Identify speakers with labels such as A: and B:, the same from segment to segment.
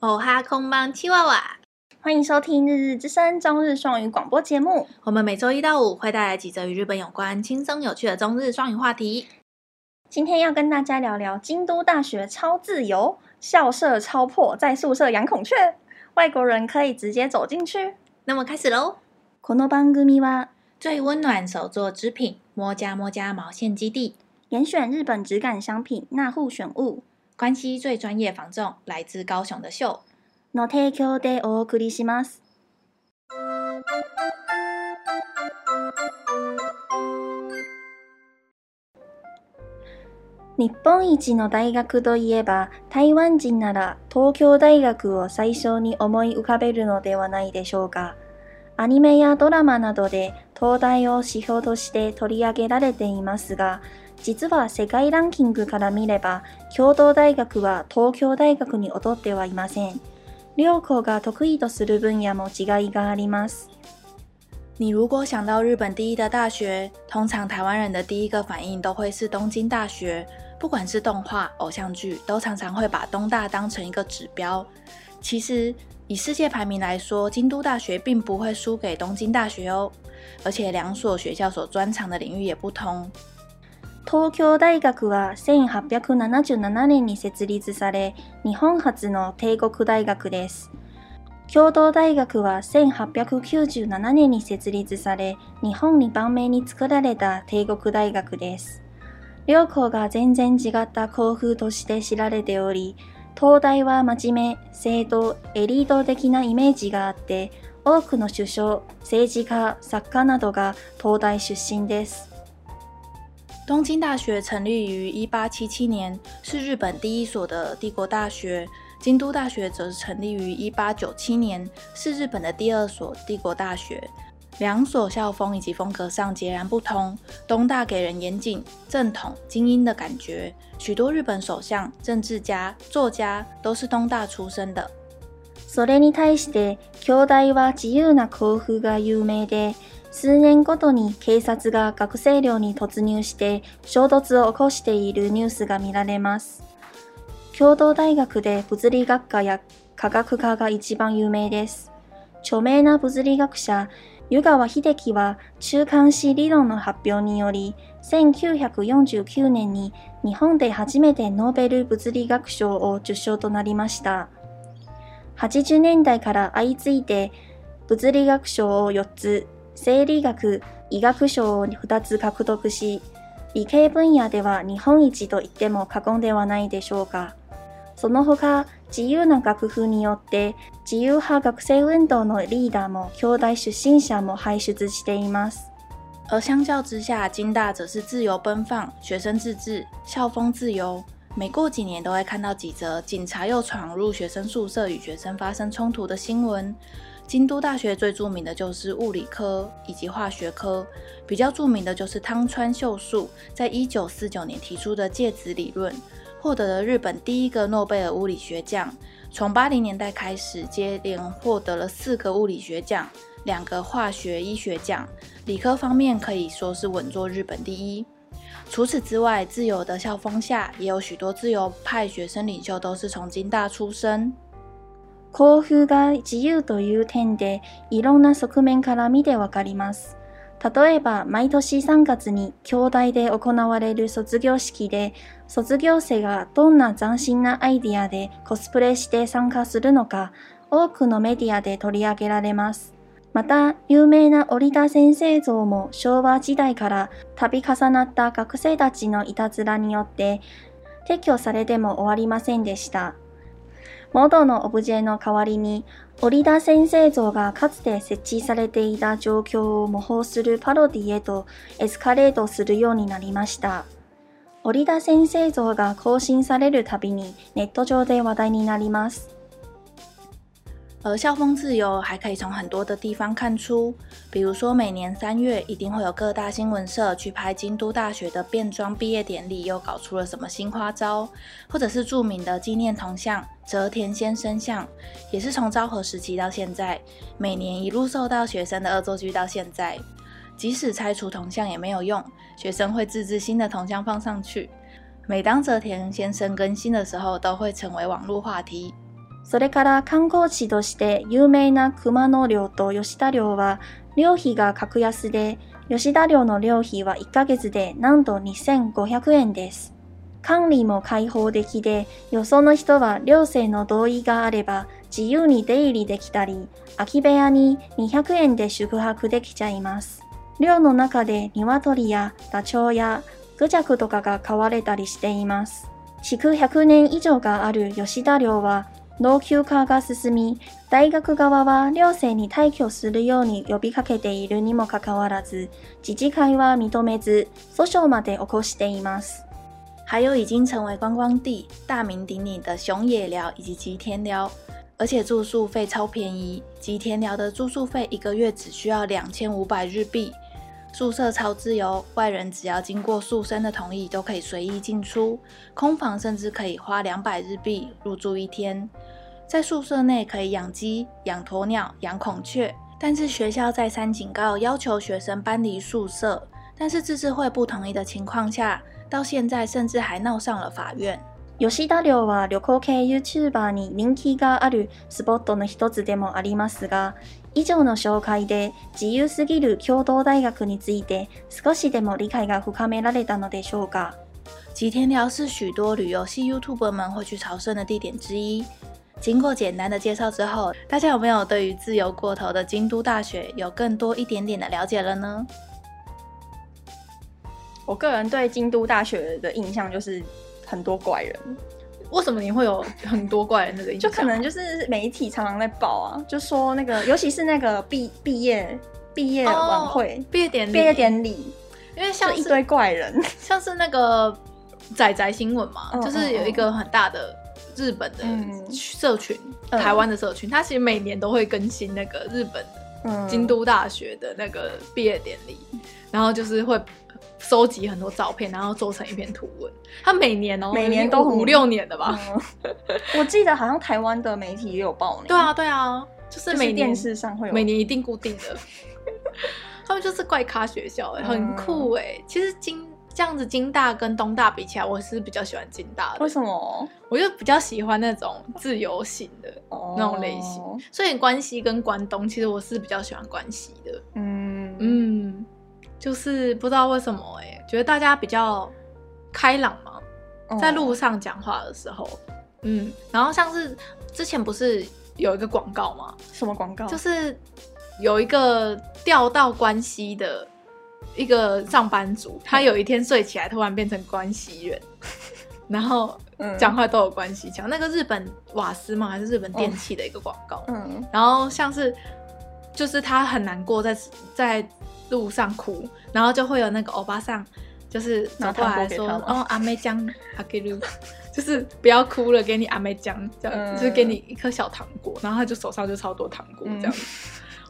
A: 哦哈空邦七娃娃，
B: 欢迎收听《日日之声》中日双语广播节目。
A: 我们每周一到五会带来几则与日本有关、轻松有趣的中日双语话题。
B: 今天要跟大家聊聊京都大学超自由，校舍超破，在宿舍养孔雀，外国人可以直接走进去。
A: 那么开始喽！
B: この番組は
A: 最温暖手作织品——摸家摸家毛线基地，
B: 严选日本质感商品纳户选物
A: 关西最专业防重，来自高雄的秀。
B: の提供でお送りします。日本一の大学といえば、台湾人なら東京大学を最初に思い浮かべるのではないでしょうか。アニメやドラマなどで東大を指標として取り上げられていますが、実は世界ランキングから見れば、京都大学は東京大学に劣ってはいません。両校が得意とする分野も違いがあります。
A: 你如果想到日本第一的大学，通常台湾人的第一个反应都会是东京大学。不管是动画、偶像剧，都常常会把东大当成一个指标。其实，以世界排名来说，京都大学并不会输给东京大学哦。而且，两所学校所专长的领域也不同。
B: 東京大学は1877年に設立され、日本初の帝国大学です。京都大学は1897年に設立され、日本2番目に作られた帝国大学です。両校が全然違った校風として知られており、東大は真面目、正当、エリート的なイメージがあって、多くの首相、政治家、作家などが東大出身です。
A: 东京大学成立于一八七七年，是日本第一所的帝国大学。京都大学则成立于一八九七年，是日本的第二所帝国大学。两所校风以及风格上截然不同。东大给人严谨、正统、精英的感觉，许多日本首相、政治家、作家都是东大出身的。
B: それに対して、京大は自由な校風が有名で、数年ごとに警察が学生寮に突入して衝突を起こしているニュースが見られます。京都大学で物理学科や科学科が一番有名です。著名な物理学者、湯川秀樹は中間子理論の発表により、1949年に日本で初めてノーベル物理学賞を受賞となりました。80年代から相次いで物理学賞を4つ、生理学、医学賞を2つ獲得し、理系分野では日本一と言っても過言ではないでしょうか。その他、自由な学風によって、自由派学生運動のリーダーも京大出身者も輩出しています。
A: 而相较之下，京大则是自由奔放、学生自治、校风自由。每过几年都会看到几则警察又闯入学生宿舍与学生发生冲突的新闻。京都大学最著名的就是物理科以及化学科，比较著名的就是汤川秀树在一九四九年提出的介质理论，获得了日本第一个诺贝尔物理学奖。从八零年代开始，接连获得了四个物理学奖、两个化学医学奖，理科方面可以说是稳坐日本第一。除此之外，自由的校风下也有许多自由派学生领袖都是从京大出身。
B: 校風が自由という点でいろんな側面から見てわかります。例えば毎年3月に京大で行われる卒業式で卒業生がどんな斬新なアイディアでコスプレして参加するのか多くのメディアで取り上げられます。また有名な折田先生像も昭和時代から度重なった学生たちのいたずらによって撤去されても終わりませんでした。元のオブジェの代わりに、折田先生像がかつて設置されていた状況を模倣するパロディへとエスカレートするようになりました。折田先生像が更新されるたびにネット上で話題になります。
A: 而呃校风自由还可以从很多的地方看出，比如说每年三月一定会有各大新闻社去拍京都大学的变装毕业典礼又搞出了什么新花招，或者是著名的纪念铜像折田先生像，也是从昭和时期到现在，每年一路受到学生的恶作剧到现在。即使拆除铜像也没有用，学生会自制新的铜像放上去。每当折田先生更新的时候，都会成为网络话题。
C: それから観光地として有名な熊野寮と吉田寮は、寮費が格安で、吉田寮の寮費は1ヶ月でなんと2500円です。管理も開放的で、よその人は寮生の同意があれば自由に出入りできたり、空き部屋に200円で宿泊できちゃいます。寮の中で鶏やダチョウやグジャクとかが飼われたりしています。築100年以上がある吉田寮は老朽化が進み、大学側は寮生に退去するように呼びかけているにもかかわらず、自治会は認めず、訴訟まで起こしています。
D: 还有已经成为观光地、大名鼎鼎的熊野寮以及吉田寮，而且住宿费超便宜。吉田寮的住宿费一个月只需要两千五百日币，宿舍超自由，外人只要经过宿生的同意都可以随意进出。空房甚至可以花两百日币入住一天。在宿舍内可以养鸡、养鸵鸟、养孔雀，但是学校再三警告，要求学生搬离宿舍。但是自治会不同意的情况下，到现在甚至还闹上了法院。
C: 吉田寮は旅行系 YouTuber に人気があるスポットの一つでもありますが、以上の紹介で自由すぎる共同大学について少しでも理解が深められたのでしょうか。
D: 吉田寮是许多旅游系 YouTuber 们会去朝圣的地点之一。经过简单的介绍之后，大家有没有对于自由过头的京都大学有更多一点点的了解了呢？
B: 我个人对京都大学的印象就是很多怪人，
A: 为什么你会有很多怪人的印
B: 就
A: 象？
B: 可能就是媒体常常在报啊，就说那个，尤其是那个毕毕业毕业晚会、
A: 毕业典礼，
B: 毕业典礼，
A: 因为
B: 就
A: 哦像
B: 一
A: 是
B: 堆怪人。
A: 像是那个仔仔新闻嘛，
B: 嗯
A: 就是有一个很大的日本的
B: 嗯
A: 社群，
B: 嗯
A: 台湾的社群，它其实每年都会更新那个日本的
B: 嗯
A: 京都大学的那个毕业典礼，然后就是会。收集很多照片，然后做成一篇图文。它每年哦、
B: 每年都
A: 已经五
B: 很
A: 五六年了吧？
B: 嗯我记得好像台湾的媒体也有报呢。
A: 对啊，，对啊，就是
B: 就是
A: 每年
B: 电视上会有
A: 每年一定固定的。 他们就是怪咖学校、欸，很
B: 嗯
A: 酷哎、其实金这样子，金大跟东大比起来，我是比较喜欢金大的。
B: 为什？么？
A: 我就比较喜欢那种自由型的，
B: 哦
A: 那种类型。所以关西跟关东，其实我是比较喜欢关西的。
B: 嗯嗯，
A: 嗯，就是不知道为什么哎、觉得大家比较开朗嘛，
B: 哦
A: 在路上讲话的时候，嗯，然后像是之前不是有一个广告吗？
B: 什么广告？
A: 就是是有一个调到关西的一个上班族，他有一天睡起来突然变成关西人，然后讲话都有关西腔。那个日本瓦斯嘛，还是日本电器的一个广告，
B: 嗯
A: 然后像是就是他很难过在在路上哭，然后就会有那个欧巴桑就是走过来说
B: 拿糖果给他吗
A: 哦阿妹酱阿给鲁， 就是不要哭了，给你阿妹酱这样，
B: 嗯
A: 就是给你一颗小糖果，然后他就手上就超多糖果
B: 嗯
A: 这样。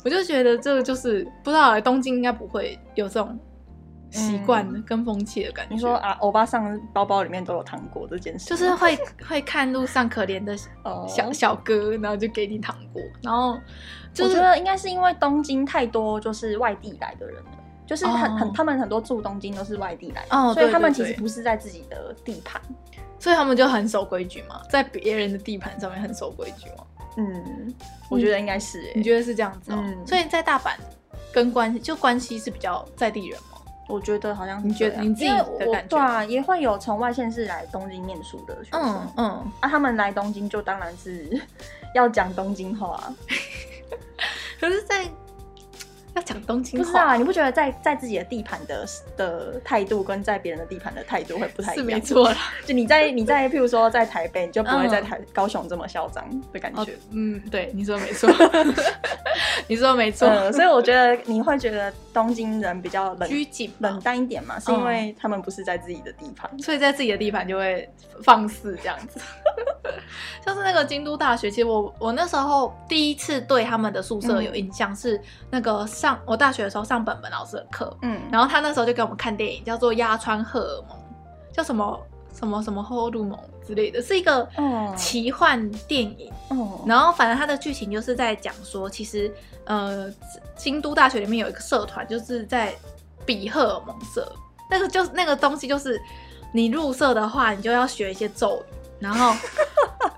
A: 我就觉得这个就是不知道、欸、东京应该不会有这种习惯
B: 嗯
A: 跟风气的感觉。
B: 你说啊，欧巴桑包包里面都有糖果这件事，
A: 就是会会看路上可怜的
B: 哦
A: 小小哥，然后就给你糖果，然后就
B: 我
A: 是
B: 觉得应该是因为东京太多就是外地来的人了，就是很、
A: 哦
B: 很他们很多住东京都是外地来的，
A: 哦
B: 所
A: 对
B: 以他们
A: 对
B: 其
A: 对
B: 实不是在自己的地盘。
A: 所以他们就很守规矩嘛，在别人的地盘上面很守规矩嘛。
B: 嗯，我觉得应该是、欸，
A: 你觉得是这样子哦？
B: 嗯
A: 所以在大阪跟关西就关西是比较在地人嘛。
B: 我觉得好像是
A: 你觉得
B: 这样
A: 你自己
B: 因为
A: 的
B: 我
A: 感觉
B: 对啊，也会有从外县市来东京念书的学生，
A: 嗯嗯，
B: 啊，他们来东京就当然是 要讲东京话，啊
A: 可是在，要讲东京
B: 不
A: 话
B: 是啊？你不觉得在在自己的地盘的的态度跟在别人的地盘的态度会不太一
A: 是
B: 样？
A: 没错啦。
B: 就你在你在譬如说在台北，你就不会
A: 嗯
B: 在台、高雄这么嚣张的感
A: 哦
B: 觉。，
A: 嗯，对，你说没 错，你说没错，
B: 嗯，所以我觉得你会觉得东京人比较冷
A: 拘谨嘛
B: 冷淡一点嘛，是因为他们不是在自己的地盘。
A: 所以在自己的地盘就会放肆这样子。 像是那个京都大学，其实我我那时候第一次对他们的宿舍有印象是那个上我大学的时候上本本老师的课，
B: 嗯，
A: 然后他那时候就给我们看电影，叫做《鸭川荷尔蒙》，叫什么什么什么荷尔蒙之类的，是一个
B: 哦
A: 奇幻电影。
B: 哦，
A: 然后反正它的剧情就是在讲说，其实呃，京都大学里面有一个社团，就是在比荷尔蒙社，那个就是那个东西就是你入社的话，你就要学一些咒语，然后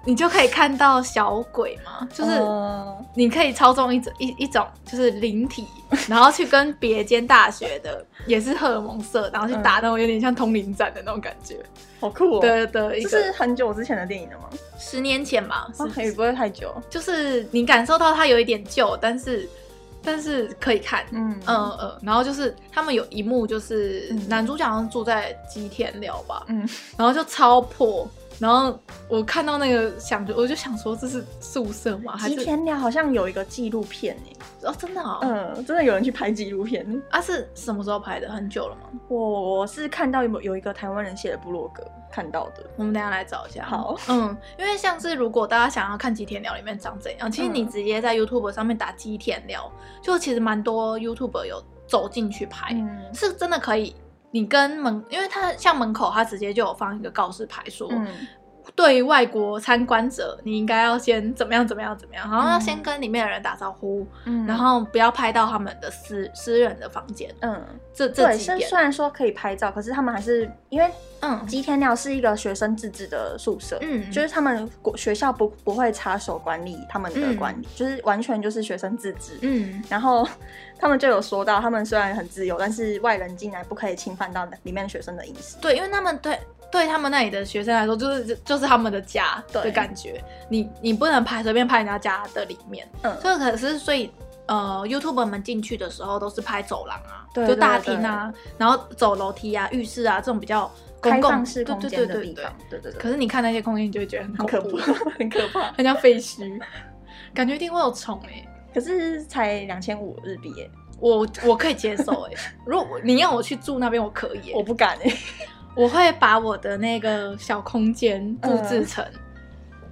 A: 你就可以看到小鬼嘛，就是
B: 嗯
A: 你可以操纵一种一一种就是灵 体，然后去跟别间大学的也是荷尔蒙色，然后去打那种有点像通灵战的那种感觉
B: 好酷哦！，
A: 的的一
B: 这
A: 个，哦
B: 是很久之前的电影了吗？
A: 十年前吧，
B: 啊
A: 是，
B: 也不会太久。
A: 就是你感受到它有一点旧，但是但是可以看，
B: 嗯
A: 嗯嗯嗯，然后就是他们有一幕就是
B: 嗯
A: 男主角好像住在吉田寮吧，
B: 嗯，
A: 然后就超破，然后我看到那个想着我就想说这是宿舍吗？还
B: 吉
A: 是
B: 田寮好像有一个纪录片诶，
A: 哦真的哦，
B: 嗯，真的有人去拍纪录片。
A: 啊是什么时候拍的？很久了吗？
B: 我我是看到有有一个台湾人写的部落格看到的，
A: 我们等一下来找一下。
B: 好，
A: 嗯，因为像是如果大家想要看吉田寮里面长怎样，其实你
B: 嗯
A: 直接在 YouTube 上面打吉田寮，就其实蛮多 YouTube 有走进去拍，
B: 嗯
A: 是真的可以。你跟门，因为它像门口，它直接就有放一个告示牌说，
B: 嗯
A: 对外国参观者，你应该要先怎么样怎么样怎么样，好像要先跟里面的人打招呼，
B: 嗯
A: 然后不要拍到他们的私私人的房间，
B: 嗯，
A: 这这
B: 对，
A: 几
B: 虽
A: 点，
B: 虽然说可以拍照，可是他们还是因为
A: 嗯
B: 吉田寮是一个学生自治的宿舍，
A: 嗯，
B: 就是他们国学校不不会插手管理他们的管理，就是完全就是学生自治。
A: 嗯
B: 然后 他们就有说到，他们虽然很自由，但是外人进来不可以侵犯到里面学生的隐私。
A: 对，因为他们对对他们那里的学生来说，就是就是他们的家的
B: 对
A: 感觉。你你不能拍随便拍人家家的里面，
B: 嗯
A: 所以可是所以呃，YouTube 们进去的时候都是拍走廊啊，
B: 对
A: 就大
B: 对
A: 厅啊，然后走楼梯啊、浴室啊这种比较公
B: 开
A: 共
B: 放式
A: 对
B: 空
A: 对
B: 间
A: 对
B: 的
A: 对
B: 地
A: 对
B: 方，对对对，
A: 可是你看那些空间，你就会觉得很
B: 很
A: 恐
B: 可
A: 怖，
B: 怕，很可怕。
A: 很像废墟，感觉一定会有虫哎、
B: 可是才两千五日币耶，
A: 我我可以接受哎、如果你要我去住那边，我可以欸、
B: 我不敢哎。
A: 我会把我的那个小空间布置成，
B: 嗯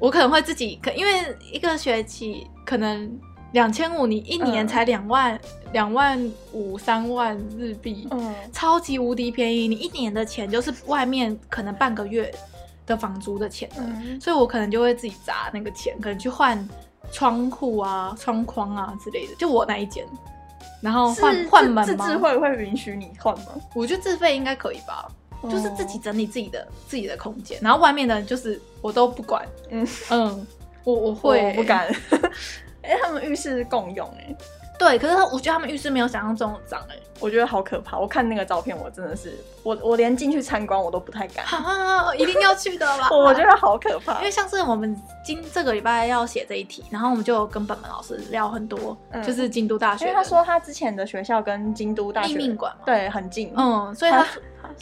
A: 我可能会自己，可因为一个学期可能两千五，你一年
B: 嗯
A: 才两万、两万五、三万日币，
B: 嗯
A: 超级无敌便宜。你一年的钱就是外面可能半个月的房租的钱了，
B: 嗯
A: 所以我可能就会自己砸那个钱，可能去换窗户啊、窗框啊之类的，就我那一间。然后哦换
B: 是
A: 换
B: 自
A: 门
B: 自
A: 吗？
B: 治会会允许你换吗？
A: 我觉得自费应该可以吧。就是自己
B: 哦，
A: 整理自己的自己的空间，然后外面的就是我都不管， 嗯
B: 嗯
A: 我我会
B: 我不，敢。 哎，他们浴室共用哎，
A: 对，可是我觉得他们浴室没有想象中的脏哎、
B: 我觉得好可怕。我看那个照片，我真的是，我我连进去参观我都不太 敢，，
A: 啊，一定要去的啦
B: 我觉得好可怕
A: 因。为像是我们今这个礼拜要写这一题，然后我们就跟本本老师聊很多，
B: 嗯
A: 就是京都大学
B: 因
A: 的
B: 为他说他之前的学校跟京都大
A: 立
B: 学
A: 命馆嘛，，
B: 对很近，，
A: 嗯，所以他
B: 会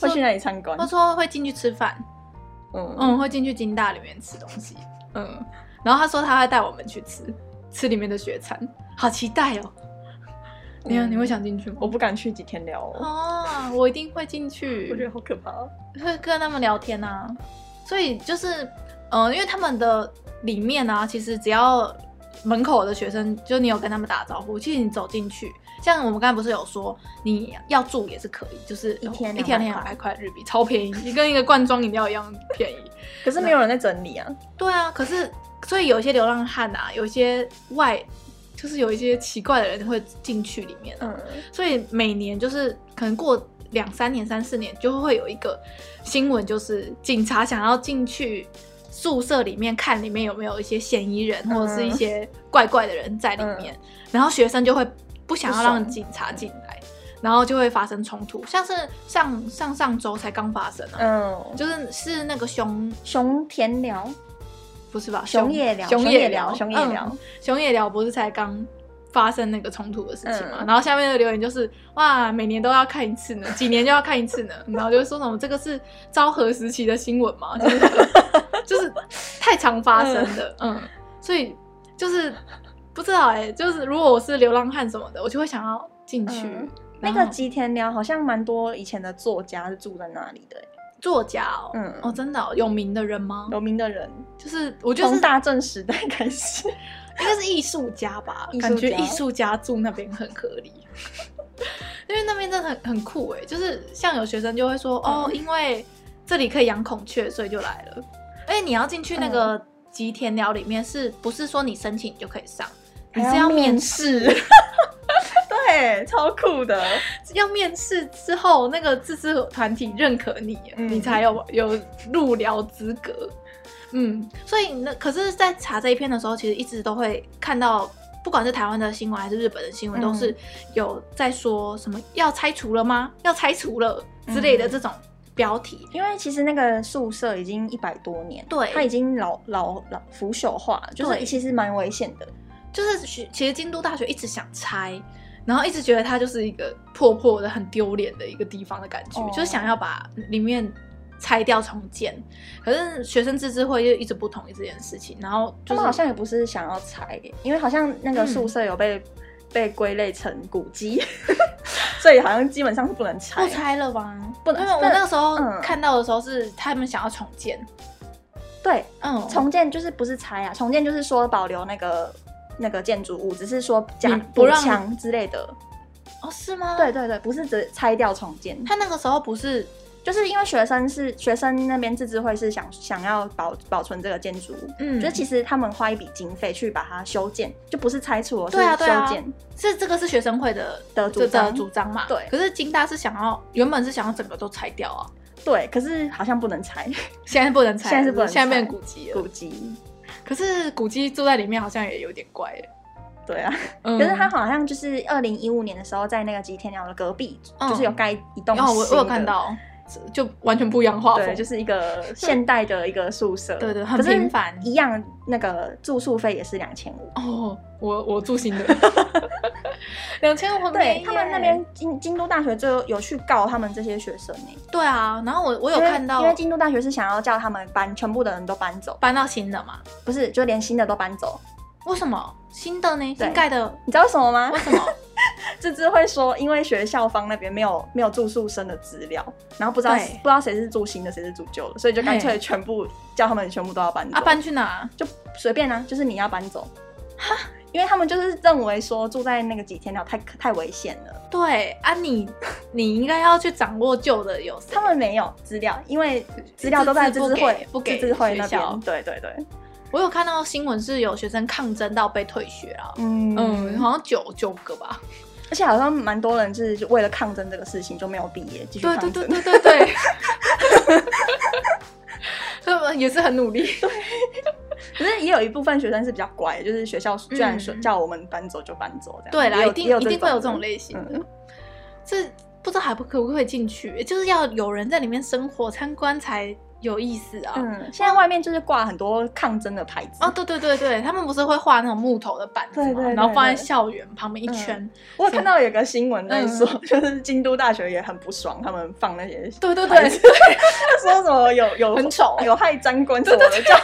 A: 他
B: 去
A: 说
B: 那里参观
A: 他。说会进去吃饭，
B: 嗯嗯，
A: 嗯，会进去京大里面吃东西，嗯，然后他说他会带我们去吃吃里面的学餐，好期待哦。你看，
B: 嗯
A: 你会想进去吗？
B: 我不敢去几天聊哦，
A: 哦，我一定会进去，
B: 我觉得好可怕哦。
A: 会跟他们聊天啊。所以就是，嗯、因为他们的里面啊，其实只要门口的学生，就你有跟他们打招呼，其实你走进去，像我们刚才不是有说，你要住也是可以，就是
B: 一天
A: 一天两百
B: 200
A: 块日币，超便宜，跟一个罐装饮料一样便宜。
B: 可是没有人在整理啊，
A: 对啊，可是所以有一些流浪汉啊，有一些外，就是有一些奇怪的人会进去里面、啊，
B: 嗯，
A: 所以每年就是可能过两三年、三四年，就会有一个新闻，就是警察想要进去宿舍里面看里面有没有一些嫌疑人
B: 嗯
A: 或者是一些怪怪的人在里面，然后学生就会不想要
B: 不
A: 让
B: 爽
A: 警察进来，然后就会发生冲突，像是上上上周才刚发生啊，
B: 嗯，
A: 就是是那个熊
B: 熊田寮、
A: 不是吧？
B: 啊熊野寮、
A: 熊
B: 野
A: 寮、
B: 寮、熊野寮
A: 嗯，熊野寮不是才刚发生那个冲突的事情嘛？
B: 嗯
A: 然后下面的留言就是哇，每年都要看一 次呢，几年就要看一次呢，然后就说什么这个是昭和时期的新闻 嘛，就是就是太常发生的，嗯，所以就是不知道哎、就是如果我是流浪汉什么的，我就会想要进去。
B: 嗯
A: 然
B: 那
A: 后
B: 个吉田寮好像蛮多以前的作家是住在那里的欸，
A: 作家哦，
B: 嗯
A: 哦，真的哦、有名的人吗？
B: 有名的人，
A: 就是我觉得
B: 从
A: 是
B: 大正时代开始，
A: 应该是艺术家吧，
B: 艺术家
A: 感觉艺术家住那边很合理， 因为那边真的很很酷哎、就是像有学生就会说、哦，
B: 嗯
A: 因为这里可以养孔雀，所以就来了。而且你要进去
B: 嗯
A: 那个吉田寮里面，是不是说你申请你就可以上？你是
B: 还要
A: 面
B: 面
A: 试，
B: 对，超酷的，
A: 要面试之后，那个自治团体认可你，
B: 嗯
A: 你才有有入寮资格。嗯，所以那可是，在查这一篇的时候，其实一直都会看到，不管是台湾的新闻还是日本的新闻，
B: 嗯
A: 都是有在说什么要拆除了吗？要拆除了之类
B: 嗯
A: 的这种标题。
B: 因为其实那个宿舍已经一百多年，
A: 对
B: 它已经老老老腐朽化了，就
A: 对
B: 是其实蛮危险的。
A: 就是其其实京都大学一直想拆，然后一直觉得它就是一个破破的、很丢脸的一个地方的感觉，
B: 哦
A: 就是想要把里面拆掉重建。可是学生自治会就一直不同意这件事情，然后
B: 他
A: 就是
B: 们好像也不是想要拆耶，因为好像那个
A: 嗯
B: 宿舍有被、被归类成古迹， 所以好像基本上是不能拆
A: 不。拆了吗？
B: 不
A: 因
B: 能
A: 为我那个时候
B: 嗯
A: 看到的时候是他们想要重建，
B: 对，
A: 嗯，
B: 重建就是不是拆啊，重建就是说保留那个那个建筑物，只是说加
A: 你不
B: 补
A: 让
B: 墙之类的。
A: 哦是吗？
B: 对，对对，不是只拆掉重建。
A: 他那个时候不是
B: 就是因为学生是学生那边自治会是想想要保保存这个建筑物，
A: 嗯
B: 就是其实他们花一笔经费去把它修建，就不是拆除，而哦是
A: 对啊对啊
B: 修建。
A: 是这个是学生会的
B: 的主张
A: 的主张嘛？
B: 对
A: 可是京大是想要原本是想要整个都拆掉啊，
B: 对，可是好像不能拆
A: 现在不能拆了，
B: 现在是不能拆
A: 现在变古迹了。
B: 古迹。
A: 可是古迹住在里面好像也有点怪耶。
B: 对啊，
A: 嗯
B: 可是它好像就是二零一五年的时候，在那个吉田寮的隔壁，
A: 嗯
B: 就是有盖一栋
A: 哦，我我有
B: 新的
A: 看，到，就完全不一样画风，
B: 对，就是一个现代的一个宿舍，
A: 对对很
B: 可是
A: 平凡
B: 一样那个住宿费也是两千五。
A: 哦，我我住新的， 两千五很便
B: 对
A: 宜
B: 他们那
A: 耶
B: 边京京都大学就有去告他们这些学生呢、欸
A: 对啊，然后我我有
B: 因为
A: 看到
B: 因为京都大学是想要叫他们搬全部的人都搬走，
A: 搬到新的嘛，
B: 不是就连新的都搬走。
A: 为什么新的呢？
B: 对
A: 新盖的
B: 你知道为什么吗
A: 为？ 什么？
B: 这只会说，因为学校方那边没有没有住宿生的资料，然后不知道
A: 对
B: 不知道谁是住新的，谁是住旧的，所以就干脆全部叫他们全部都要搬走，
A: 啊，搬去哪？
B: 就随便啊，就是你要搬走，因为他们就是认为说住在那个几天了太太危险了，
A: 对啊 你，你应该要去掌握旧的有谁
B: 他们没有资料，因为资料都在自
A: 自治
B: 治
A: 不
B: 会
A: 给不给
B: 自治会那
A: 学校
B: 边，对对对，
A: 我有看到新闻是有学生抗争到被退学啊，
B: 嗯
A: 嗯，好像九九个吧。
B: 而且好像蛮多人就是就为了抗争这个事情就没有毕业，继续
A: 对
B: 抗
A: 对
B: 争。
A: 对对对对。 他们也是很努力，
B: 可是也有一部分学生是比较乖，就是学校居然说
A: 嗯
B: 叫我们搬走就搬走这样。
A: 对
B: 也
A: 啦，
B: 有
A: 一定
B: 也有
A: 一定会有这种
B: 人
A: 类型的。
B: 嗯
A: 这不知道还不可不可以进去，就是要有人在里面生活参观才有意思啊。
B: 嗯，现在外面就是挂很多抗争的牌子。
A: 哦，对对对对，他们不是会画那种木头的板子嘛，
B: 对对对
A: 然后放在
B: 对嗯
A: 校园旁边一圈。
B: 我有看到有个新闻在说，
A: 嗯
B: 就是京都大学也很不爽，他们放那些
A: 对对
B: 牌
A: 对
B: 子， 说什么有有
A: 很丑
B: 有害沾官什么的，叫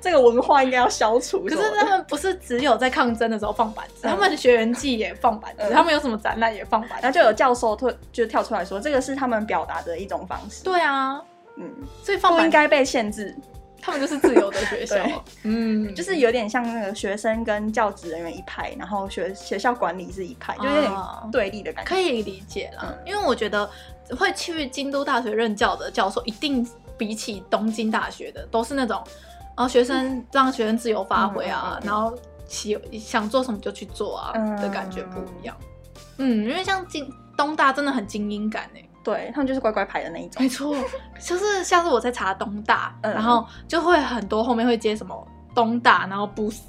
B: 这个文化应该要消除
A: 可
B: 什
A: 是
B: 么的。
A: 他们不是只有在抗争的时候放板子，
B: 嗯
A: 他们学员季也放板子，
B: 嗯
A: 他们有什么展览也放板子。
B: 然后就有教授突就跳出来说，这个是他们表达的一种方式。，
A: 对啊，
B: 嗯，
A: 所以放
B: 不
A: 板
B: 应
A: 子，
B: 该被限制。
A: 他们就是自由的学校
B: 对。
A: 嗯，
B: 就是有点像那个学生跟教职人员一派，然后学学校管理是一派，就有点
A: 啊
B: 对立的感觉。
A: 可以理解啦，
B: 嗯
A: 因为我觉得会去京都大学任教的教授，一定比起东京大学的都是那种，然后学生让学生自由发挥啊
B: 嗯嗯嗯，嗯嗯
A: 然后喜想做什么就去做啊、
B: 嗯
A: 的感觉不一样。嗯，因为像京东大真的很精英感哎、
B: 对他们就是乖乖牌的那一种
A: 没。错，就是下次我在查东大，
B: 嗯
A: 然后就会很多后面会接什么东大，然后不死，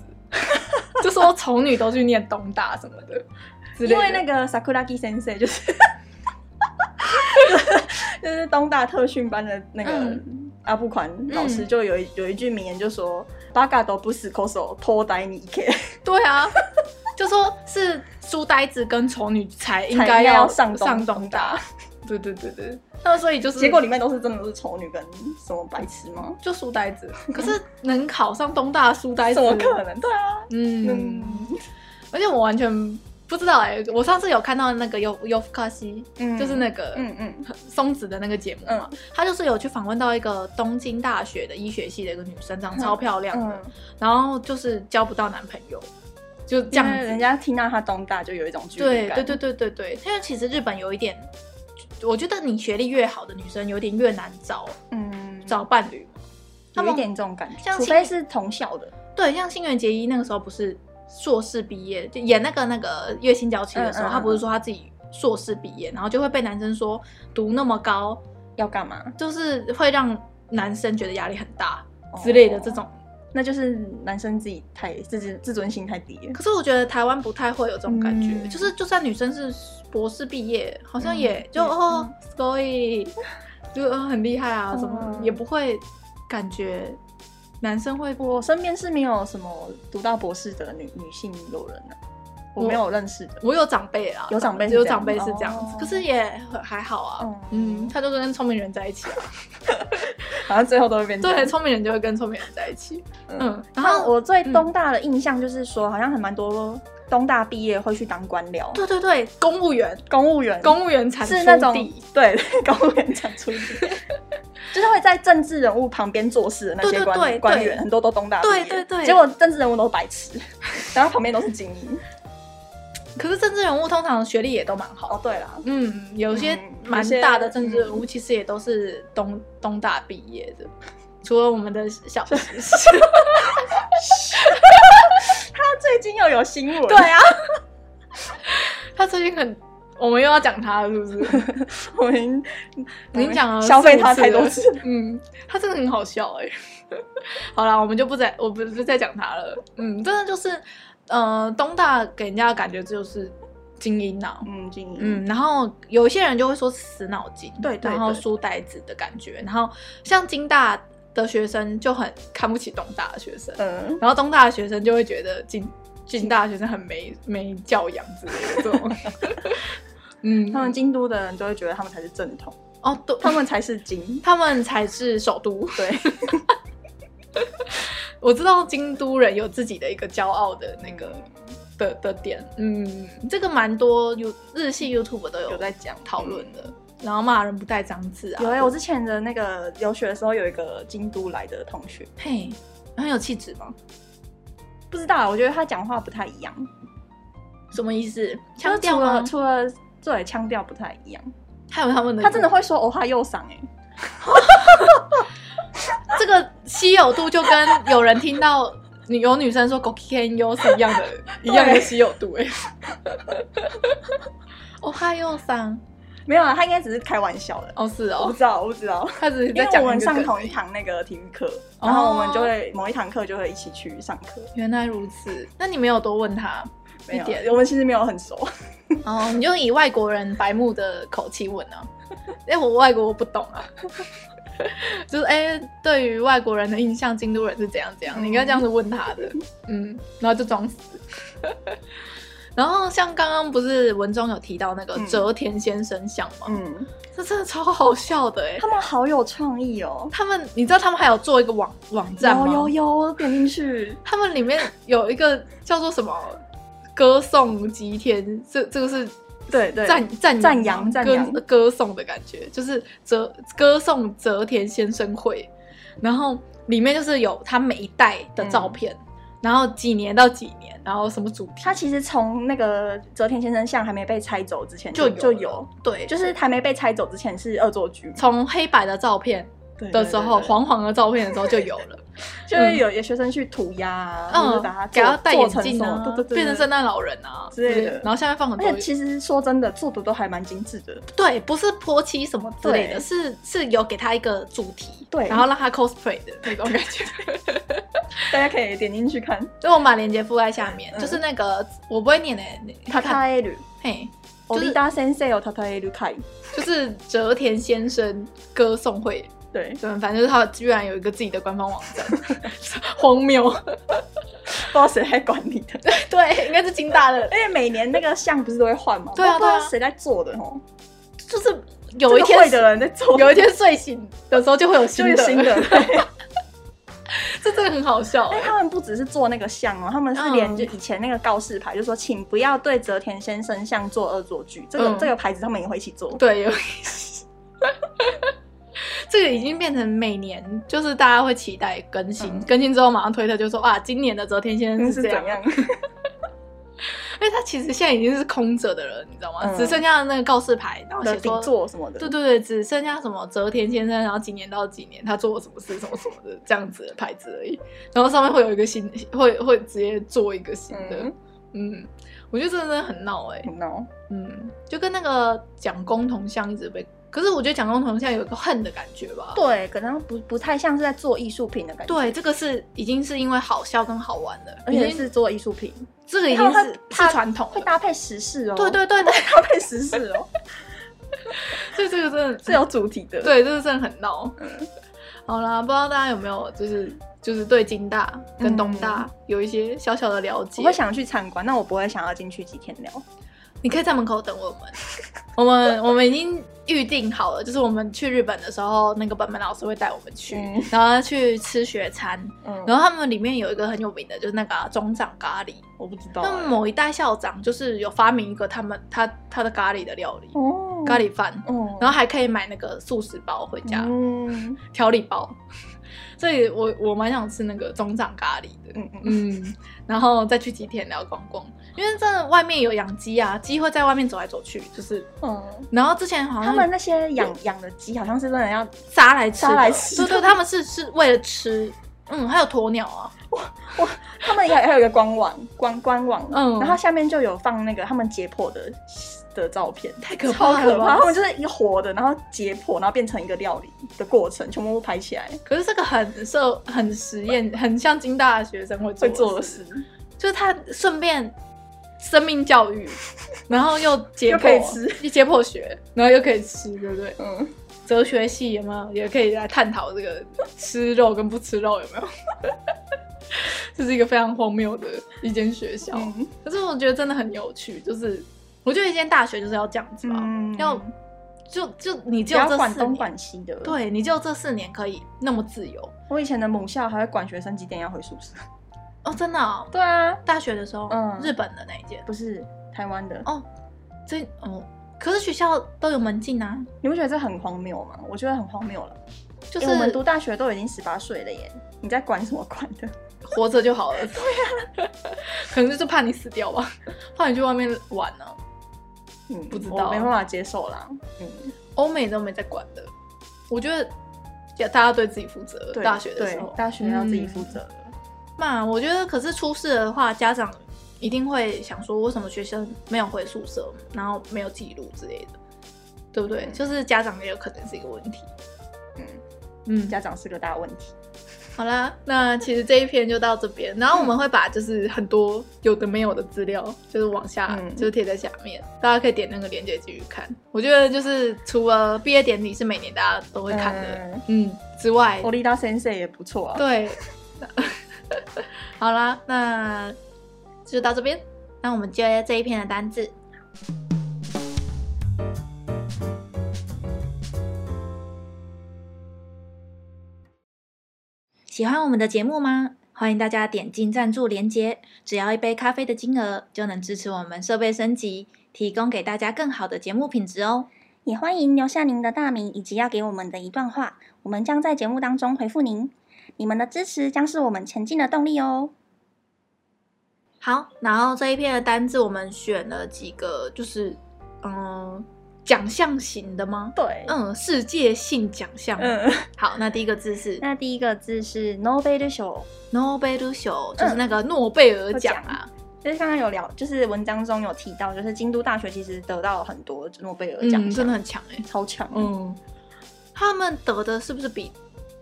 A: 就说丑女都去念东大什么的 之类的，
B: 因为那个 Sakuragi Sensei 就是 就是东大特训班的那个
A: 嗯
B: 阿布款老师，
A: 嗯
B: 就有一有一句名言就说：“八嘎都不死口手，偷呆你 K
A: 对啊，就说是书呆子跟丑女才应该
B: 才
A: 要
B: 要上东
A: 上东大。对对对对，那所以就是
B: 结果里面都是真的是丑女跟什么白痴吗？
A: 就书呆子，可是能考上东大的书呆子
B: 怎么可？能？对啊，
A: 嗯，
B: 嗯
A: 而且我完全不知道哎、我上次有看到那个尤尤夫卡西，
B: 嗯
A: 就是那个
B: 嗯嗯
A: 松子的那个节目嘛，他就是有去访问到一个东京大学的医学系的一个女生，长得超漂亮的，
B: 嗯，
A: 然后就是交不到男朋友，就这样
B: 因为
A: 子
B: 人家听到他东大就有一种距离
A: 对
B: 感。
A: 对对对对对，因为其实日本有一点，我觉得你学历越好的女生有点越难找
B: 嗯，
A: 找伴侣。他
B: 有
A: 们
B: 一点这种感觉，
A: 像
B: 除
A: 新
B: 非是同校的，
A: 对，像新垣结衣那个时候不是硕士毕业，就演那个那个月薪娇妻的时候，
B: 嗯嗯嗯
A: 她不是说她自己硕士毕业，然后就会被男生说读那么高，
B: 要干嘛？
A: 就是会让男生觉得压力很大。
B: 哦
A: 之类的这种。
B: 那就是男生自己太自自自尊心太低了。
A: 可是我觉得台湾不太会有这种感觉，
B: 嗯
A: 就是就算女生是博士毕业，好像也、
B: 嗯
A: 就
B: 嗯
A: 哦，所以 就、呃很厉害啊，
B: 嗯
A: 什么、也不会感觉男生会
B: 我身边是没有什么读到博士的女女性友人的、我
A: 我
B: 没有认识的。
A: 我有长辈啦，
B: 有长辈是
A: 有
B: 这样
A: 长辈是这样子，
B: 哦
A: 可是也很还好啊。嗯，
B: 嗯，
A: 他就是跟聪明人在一 起啊，
B: 好像最后都会变这样
A: 对，聪明人就会跟聪明人在一起。嗯，然
B: 然后
A: 后我，
B: 我对东大的印象就是说，好像还蛮多东大毕业会去当官僚，
A: 对对对，公务员，
B: 公务员，
A: 公务员产
B: 是那
A: 出
B: 种
A: 地，
B: 对公务员讲出地， 就是会在政治人物旁边做事的那些
A: 对对
B: 官
A: 对
B: 官
A: 对
B: 员，很多都东大毕业，
A: 对对对
B: 结果政治人物都是白痴，然后旁边都是精英。
A: 可是政治人物通常学历也都蛮好的
B: 哦，对啦，
A: 嗯，有些
B: 嗯有
A: 蛮
B: 些
A: 大的政治人物其实也都是东东大毕业的，除了我们的小
B: 他最近又有新闻，
A: 对，啊， 他最近很，我们又要讲他了，是不是？
B: 我们
A: 我跟你讲啊，
B: 消费他
A: 四五
B: 太多
A: 了
B: 次了，
A: 嗯，他真的很好笑哎、 好啦，我们就不再，我不不再讲他了。嗯，真的就是，呃，东大给人家的感觉就是精英啊，
B: 嗯，精英，
A: 嗯，然后有一些人就会说死脑筋，
B: 对对
A: 然后
B: 对
A: 书呆子的感觉，然后像京大的学生就很看不起东大的学生，
B: 嗯，
A: 然后东大的学生就会觉得京京大的学生很没没教养之类的这 种，嗯，
B: 他们京都的人都会觉得他们才是正统，
A: 哦，对，
B: 他们才是精，
A: 他们才是首都，
B: 对，
A: 我知道京都人有自己的一个骄傲的那个的的点，嗯，这个蛮多有日系 YouTube 都有
B: 有在讲
A: 讨论的，然后骂人不带脏字啊，
B: 有哎、我之前的那个留学的时候，有一个京都来的同学，
A: 嘿，很有气质吗？
B: 不知道啊，我觉得他讲话不太一样，
A: 什么意思？
B: 就是
A: 腔调吗？
B: 除了除了对腔调不太一样，
A: 还有他们的，
B: 他真的会说哦哈右嗓哎，
A: 这个稀有度就跟有人听到 女有女生说 g o k i n y o 是一样的，一 样的稀有度哎、 哦哈哟桑，
B: 没有啊，他应该只是开玩笑的，
A: 哦是
B: 我不
A: 哦，
B: 知道，我不知道。
A: 他只是
B: 因
A: 在
B: 为
A: 讲
B: 我们
A: 一个
B: 上
A: 梗欸哦
B: 同一堂那个体育课，然后我们就会某一堂课就会一起去上课。
A: 原来如此，那你没有多问他
B: 没
A: 一点
B: 有，我们其实没有 很熟。
A: 哦，你就以外国人白目的口气问啊， 哎、我外国我不懂啊， 就是哎、对于外国人的印象，京都人是怎样怎样，
B: 嗯
A: 你应该这样子问他的，嗯，然后就装死。 然后像刚刚不是文中有提到那个
B: 嗯
A: 折田先生像吗？
B: 嗯，
A: 这真的超好笑的哎、
B: 他们好有创 意哦。
A: 他们你知道他们还有做一个网网站吗？
B: 有有有，我点进 去。
A: 他们里面有一个叫做什么歌颂吉田，这这个是
B: 对对
A: 赞赞
B: 赞扬赞扬
A: 歌歌颂的感觉，就是折歌颂泽田先生会，然后里面就是有他每一代的
B: 嗯
A: 照片，然后几年到几年，然后什么主题，
B: 他其实从那个泽田先生像还没被拆走之前
A: 就
B: 就
A: 有
B: 有
A: 了，对，
B: 就是是还没被拆走之前是恶作剧
A: 从黑白的照片的时候，黄
B: 黄
A: 黄的照片的时候就有 了，
B: 就是有有学生去涂鸦啊，或者
A: 嗯
B: 把它，
A: 给
B: 做
A: 他戴
B: 做
A: 眼
B: 成
A: 镜
B: 什么
A: 啊
B: 对对，对，
A: 变成
B: 对
A: 圣诞老人啊
B: 之类的
A: 然后下面放很
B: 而
A: 多
B: 且其实说真的，做的都还蛮精致的。
A: 对，不是泼漆什么之类的，
B: 对
A: 是是有给他一个主题，
B: 对
A: 然后让他 cosplay 的那种感觉。
B: 大家可以点进去看。
A: 所以我把链接附在下面，
B: 嗯
A: 就是那个我不会念的、欸，你
B: 塔塔
A: 看，
B: 耶鲁，
A: 嘿，
B: 欧
A: 就是
B: 丽达先生有塔塔耶鲁开。
A: 就是折田先生歌颂会，
B: 对，
A: 对，反正就是他居然有一个自己的官方网站， 荒谬。
B: 不知道谁在管理的。
A: 对，应该是金大的，
B: 而且每年那个像不是都会换吗？
A: 对啊
B: 不知道
A: 对啊
B: 谁在做的哦。
A: 就是有一
B: 这个会
A: 天
B: 的人在做，
A: 有一天睡醒的时候就会有
B: 就
A: 新
B: 是
A: 的，
B: 新的。 哎对
A: 这真的很好笑、
B: 但
A: 欸。
B: 他们不只是做那个像哦，他们是连
A: 嗯
B: 就以前那个告示牌，就说请不要对泽田先生像做恶作剧，这个
A: 嗯
B: 这个牌子他们也会一起做。
A: 对，有。这个已经变成每年，就是大家会期待更新，
B: 嗯
A: 更新之后马上推特就说哇，今年的泽田先生
B: 是
A: 这
B: 怎
A: 样，啊
B: 样？
A: 因为他其实现在已经是空着的了，你知道吗？
B: 嗯
A: 只剩下那个告示牌，然后
B: 的
A: 哦写
B: 底
A: 说，
B: 座什么的。
A: 对对对，只剩下什么泽田先生，然后几年到几年他做过什么事，什么什么的这样子的牌子而已。然后上面会有一个新，会会直接做一个新的，
B: 嗯
A: 嗯我觉得这真的很闹哎、
B: 很闹。
A: 嗯，就跟那个蒋公铜像一直被可是我觉得蒋公铜像有一个恨的感觉吧。
B: 对，可能不不太像是在做艺术品的感觉，
A: 对，这个是已经是因为好笑跟好玩了，
B: 而
A: 已
B: 且
A: 经
B: 是做艺术品，
A: 这个已
B: 他
A: 经
B: 会
A: 是
B: 他
A: 是传统
B: 会
A: 了。
B: 搭配时事哦，
A: 对，对对，
B: 搭配时事 哦，
A: 所 以这个真的
B: 是有主题的，，
A: 对，这个真的很闹。好啦，不知道大家有没有就是就是对金大跟东大有一些小小的了解？
B: 我会想去参观，那我不会想要进去几天聊，
A: 你可以在门口等我们， 我们我们已经预定好了，就是我们去日本的时候，那个本本老师会带我们去，
B: 嗯
A: 然后去吃学餐，
B: 嗯，
A: 然后他们里面有一个很有名的，就是那个啊中掌咖喱，
B: 我不知道欸
A: 他们某一代校长就是有发明一个他们他他的咖喱的料理，
B: 哦
A: 咖，喱饭，
B: 哦，
A: 然后还可以买那个素食包回家，
B: 嗯
A: 调理包， 所以我我蛮想吃那个中掌咖喱的。
B: 嗯嗯，
A: 嗯，然后再去吉田寮逛逛，因为真的外面有养鸡啊，鸡会在外面走来走去，就是，
B: 嗯，
A: 然后嗯之前好像
B: 他们那些养养的鸡好像是真的要，
A: 杀来吃的，
B: 杀来吃
A: 对对，他们是是为了吃，嗯，还有鸵鸟啊，
B: 他们还还有一个官网官官网，
A: 嗯
B: 然后下面就有放那个他们解剖的的照片，
A: 太可
B: 超
A: 怕
B: 可
A: 了
B: 怕！
A: 吧
B: 他？们就是一个活的，然后解剖，然后变成一个料理的过程，全部都拍起来
A: 可是这个很受很实验，很像金大的学生会做
B: 会做的
A: 事，
B: 事，
A: 就是他顺便生命教育，然后又解
B: 又
A: 剖
B: 可以吃
A: 解剖学，然后又可以吃，对不对？
B: 嗯，
A: 哲学系有没有也可以来探讨这个吃肉跟不吃肉有没有？ 这是一个非常荒谬的一间学校，
B: 嗯
A: 可是我觉得真的很有趣，就是我觉得一间大学就是要这样子吧，
B: 嗯
A: 要就就你
B: 不
A: 只有
B: 要
A: 这
B: 管
A: 四
B: 东
A: 年，
B: 管西的。，
A: 对你只有这四年可以那么自由
B: 我以前的母校还会管学生几点要回宿舍。
A: 哦，真的、哦，
B: 对啊，
A: 大学的时候，
B: 嗯
A: 日本的那一间
B: 不是台湾的，
A: 哦，这哦，可是学校都有门禁啊，
B: 你不觉得这很荒谬吗？我觉得很荒谬了。
A: 就
B: 因为我们
A: 是
B: 读大学都已经十八岁了耶，你在管什么管的？
A: 活着就好 了。啊可能就是怕你死掉吧，怕你去外面玩啊呢、
B: 嗯，
A: 不知道
B: 我没办法接受啦。嗯，
A: 欧美都没在管的，我觉得要大家对自己负责。
B: 对，
A: 大学的时
B: 对
A: 候，嗯
B: 大学要自己负责的。
A: 嘛，我觉得可是出事的话，家长一定会想说，为什么学生没有回宿舍，然后没有记录之类的，对不对？
B: 嗯
A: 就是家长也有可能是一个问题。
B: 嗯
A: 嗯，
B: 家长是个大问题。
A: 好啦，那其实这一篇就到这边，然后我们会把就是很多有的没有的资料，就是往下、
B: 嗯
A: 就是贴在下面，大家可以点那个链接继续看。我觉得就是除了毕业典礼是每年大家都会看的，
B: 嗯
A: 嗯之外，
B: 我 d a Sensei 也不错啊。
A: 对，好啦，那就到这边，那我们接这一篇的单字。
D: 喜欢我们的节目吗？欢迎大家点进赞助连结，只要一杯咖啡的金额，就能支持我们设备升级，提供给大家更好的节目品质哦。
C: 也欢迎留下您的大名以及要给我们的一段话，我们将在节目当中回复您。你们的支持将是我们前进的动力哦。
A: 好，然后这一篇的单字我们选了几个，就是嗯奖项型的吗？
B: 对，
A: 嗯，世界性奖项。
B: 嗯，
A: 好，那第一个字是
C: 那第一个字是 Nobel 秀，
A: 诺贝尔奖，就是
B: 嗯
A: 那个诺贝尔奖啊。
B: 就是刚刚有聊，就是文章中有提到，就是京都大学其实得到很多诺贝尔奖
A: 嗯，
B: 项
A: 真的很强哎、
B: 超强。嗯，
A: 嗯，他们得的是不是比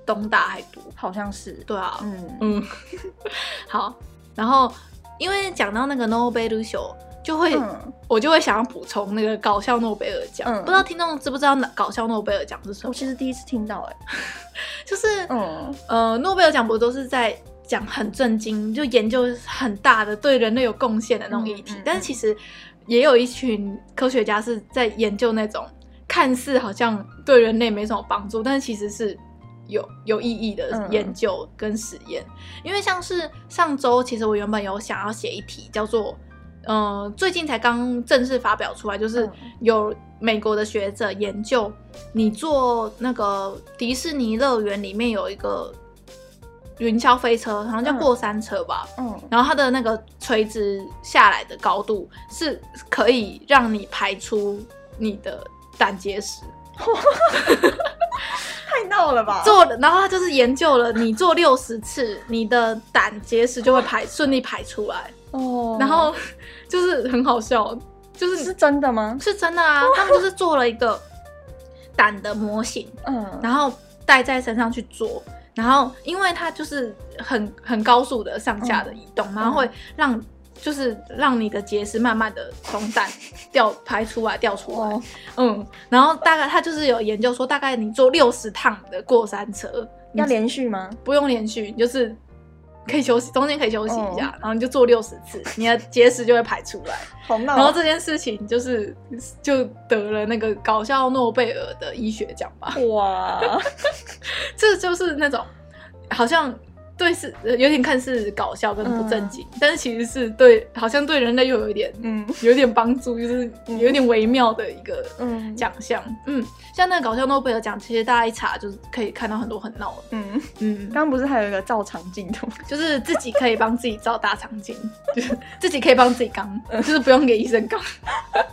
A: 东大还多？
B: 好像是。
A: 对啊，
B: 嗯
A: 嗯， 好。然后因为讲到那个诺贝尔奖，就会、
B: 嗯，
A: 我就会想要补充那个搞笑诺贝尔奖。
B: 嗯
A: 不知道听众知不知道哪搞笑诺贝尔奖是什
B: 我
A: 么？
B: 其实第一次听到哎。
A: 就是
B: 嗯
A: 呃，诺贝尔奖不都是在讲很震惊，就研究很大的对人类有贡献的那种议题，
B: 嗯嗯嗯
A: 但是其实也有一群科学家是在研究那种看似好像对人类没什么帮助，但是其实是有有意义的
B: 嗯
A: 研究跟实验。因为像是上周，其实我原本有想要写一题叫做。呃，最近才刚正式发表出来，就是
B: 嗯
A: 有美国的学者研究，你坐那个迪士尼乐园里面有一个云霄飞车，好像叫
B: 嗯
A: 过山车吧，
B: 嗯
A: 然后它的那个垂直下来的高度是可以让你排出你的胆结石。
B: 太闹了吧？
A: 做了，然后他就是研究了，你做六十次，你的胆结石就会排顺利排出来，
B: 哦
A: 然后就是很好笑，就是
B: 是真的吗？
A: 是真的啊，他们就是做了一个胆的模型，
B: 嗯，
A: 然后带在身上去做。然后，因为它就是很很高速的上下的移动，
B: 嗯
A: 然后会让就是让你的结石慢慢的从蛋掉排出来掉出来，
B: 哦
A: 嗯，然后大概它就是有研究说，大概你坐六十趟的过山车，
B: 要连续吗？
A: 不用连续，你就是可以休息，中间可以休息一
B: 哦
A: 下，然后你就做六十次，你的结石就会排出来。
B: 好闹哦。
A: 然后这件事情就是就得了那个搞笑诺贝尔的医学奖吧，
B: 啊 哇，
A: 这就是那种好像。对是呃有点看似搞笑跟不正经，但是其实是对，好像对人类又有一点
B: 嗯
A: 有点帮助，就是
B: 嗯
A: 有点微妙的一个
B: 嗯
A: 奖项。嗯，像那个搞笑诺贝尔奖，其实大家一查就是可以看到很多很闹的，
B: 嗯，
A: 嗯，
B: 刚刚不是还有一个照常镜头？
A: 就是自己可以帮自己照大肠镜， 就是自己可以帮自己肛，就是不用给医生肛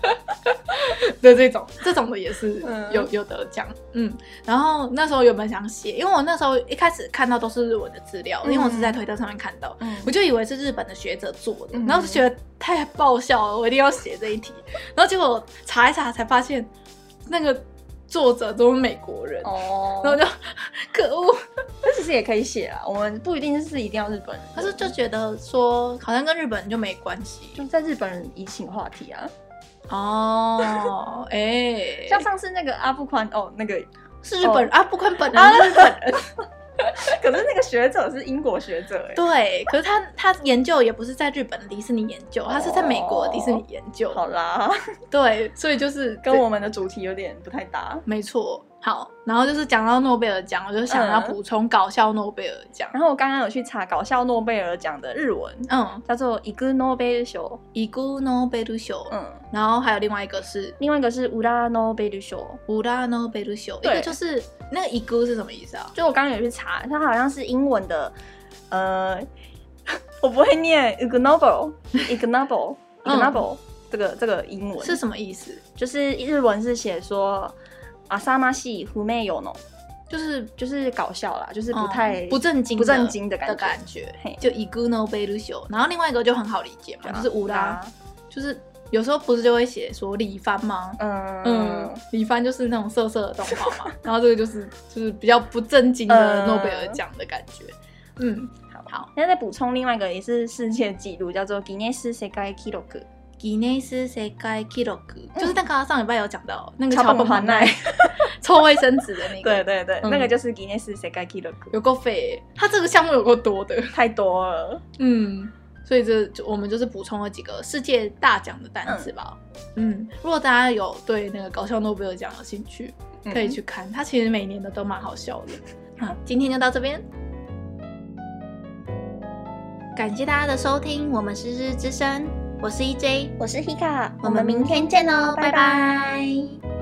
A: 的这种，这种的也是
B: 嗯
A: 有有得奖，嗯。然后那时候原本想写，因为我那时候一开始看到都是日文的资料，因为我是在推特上面看到，
B: 嗯
A: 我就以为是日本的学者做的，
B: 嗯
A: 然后就觉得太爆笑了，我一定要写这一题。然后结果查一查才发现，那个作者都是美国人，
B: 哦，
A: 然后我就 可恶。
B: 那其实也可以写啊，我们不一定是一定要日本人，
A: 可是就觉得说，好像跟日本人就没关系
B: 就在日本人移情话题啊，
A: 哦，哎、
B: 像上次那个阿布宽哦，那个
A: 是日本人、啊，不宽本人、
B: 啊
A: 日本人，
B: 可是那个学者是英国学者哎、
A: 对，可是他他研究也不是在日本的迪士尼研究，他是在美国的迪士尼研究，
B: 好啦，
A: 对，所以就是
B: 跟我们的主题有点不太搭。
A: 没错。好，然后就是讲到诺贝尔奖，我就想要
B: 嗯
A: 补充搞笑诺贝尔奖，
B: 然后我刚刚有去查搞笑诺贝尔奖的日文，
A: 嗯，
B: 叫做一个诺贝尔賞。
A: 伊古诺贝鲁秀，
B: 嗯，
A: 然后还有另外一个是
B: 另外一个是乌拉诺贝尔賞。
A: 乌拉诺贝鲁秀，一
B: 对
A: 个就是那个伊古是什么意思啊？
B: 就我刚刚有去查，它好像是英文的，呃， 我不会念 ignoble，ignoble，ignoble、这个这个英文
A: 嗯是什么意思？
B: 就是日文是写说阿萨玛系胡妹有呢，
A: 就是
B: 就是搞笑啦，就是不
A: 哦
B: 太、
A: 不正经
B: 不正经的
A: 的
B: 感觉
A: 感觉
B: 嘿，
A: 就以 Guno b e l u s i o 然后另外一个就很好理解嘛，就是乌拉，
B: 啊，
A: 就是有时候不是就会写说李帆吗？
B: 嗯
A: 嗯
B: 嗯，
A: 李帆就是那种色色的动画嘛，然后这个就是就是比较不正经的
B: 嗯
A: 诺贝尔奖的感觉，嗯，好，
B: 现在再补充另外一个也是世界纪录，叫做吉尼斯世界纪录。
A: 吉内斯世界纪录
B: 嗯
A: 就是那个啊上礼拜有讲到那个
B: 桥
A: 桥
B: 本
A: 本
B: 环
A: 环
B: 奈
A: 奈抽卫生纸的那
B: 对
A: 个，
B: 对对，
A: 嗯
B: 那个就是吉尼斯世界纪录，
A: 有够废欸，他这个项目有够多的，
B: 太多了。
A: 嗯，所以这就我们就是补充了几个世界大奖的单词吧。嗯如果大家有对那个搞笑诺贝尔奖有兴趣，
B: 嗯
A: 可以去看，它其实每年的都蛮好笑的。好，今天就到这边，
E: 感谢大家的收听，我们是日之声，我是 EJ，
F: 我是 Hika，
E: 哦我们明天见喽，拜拜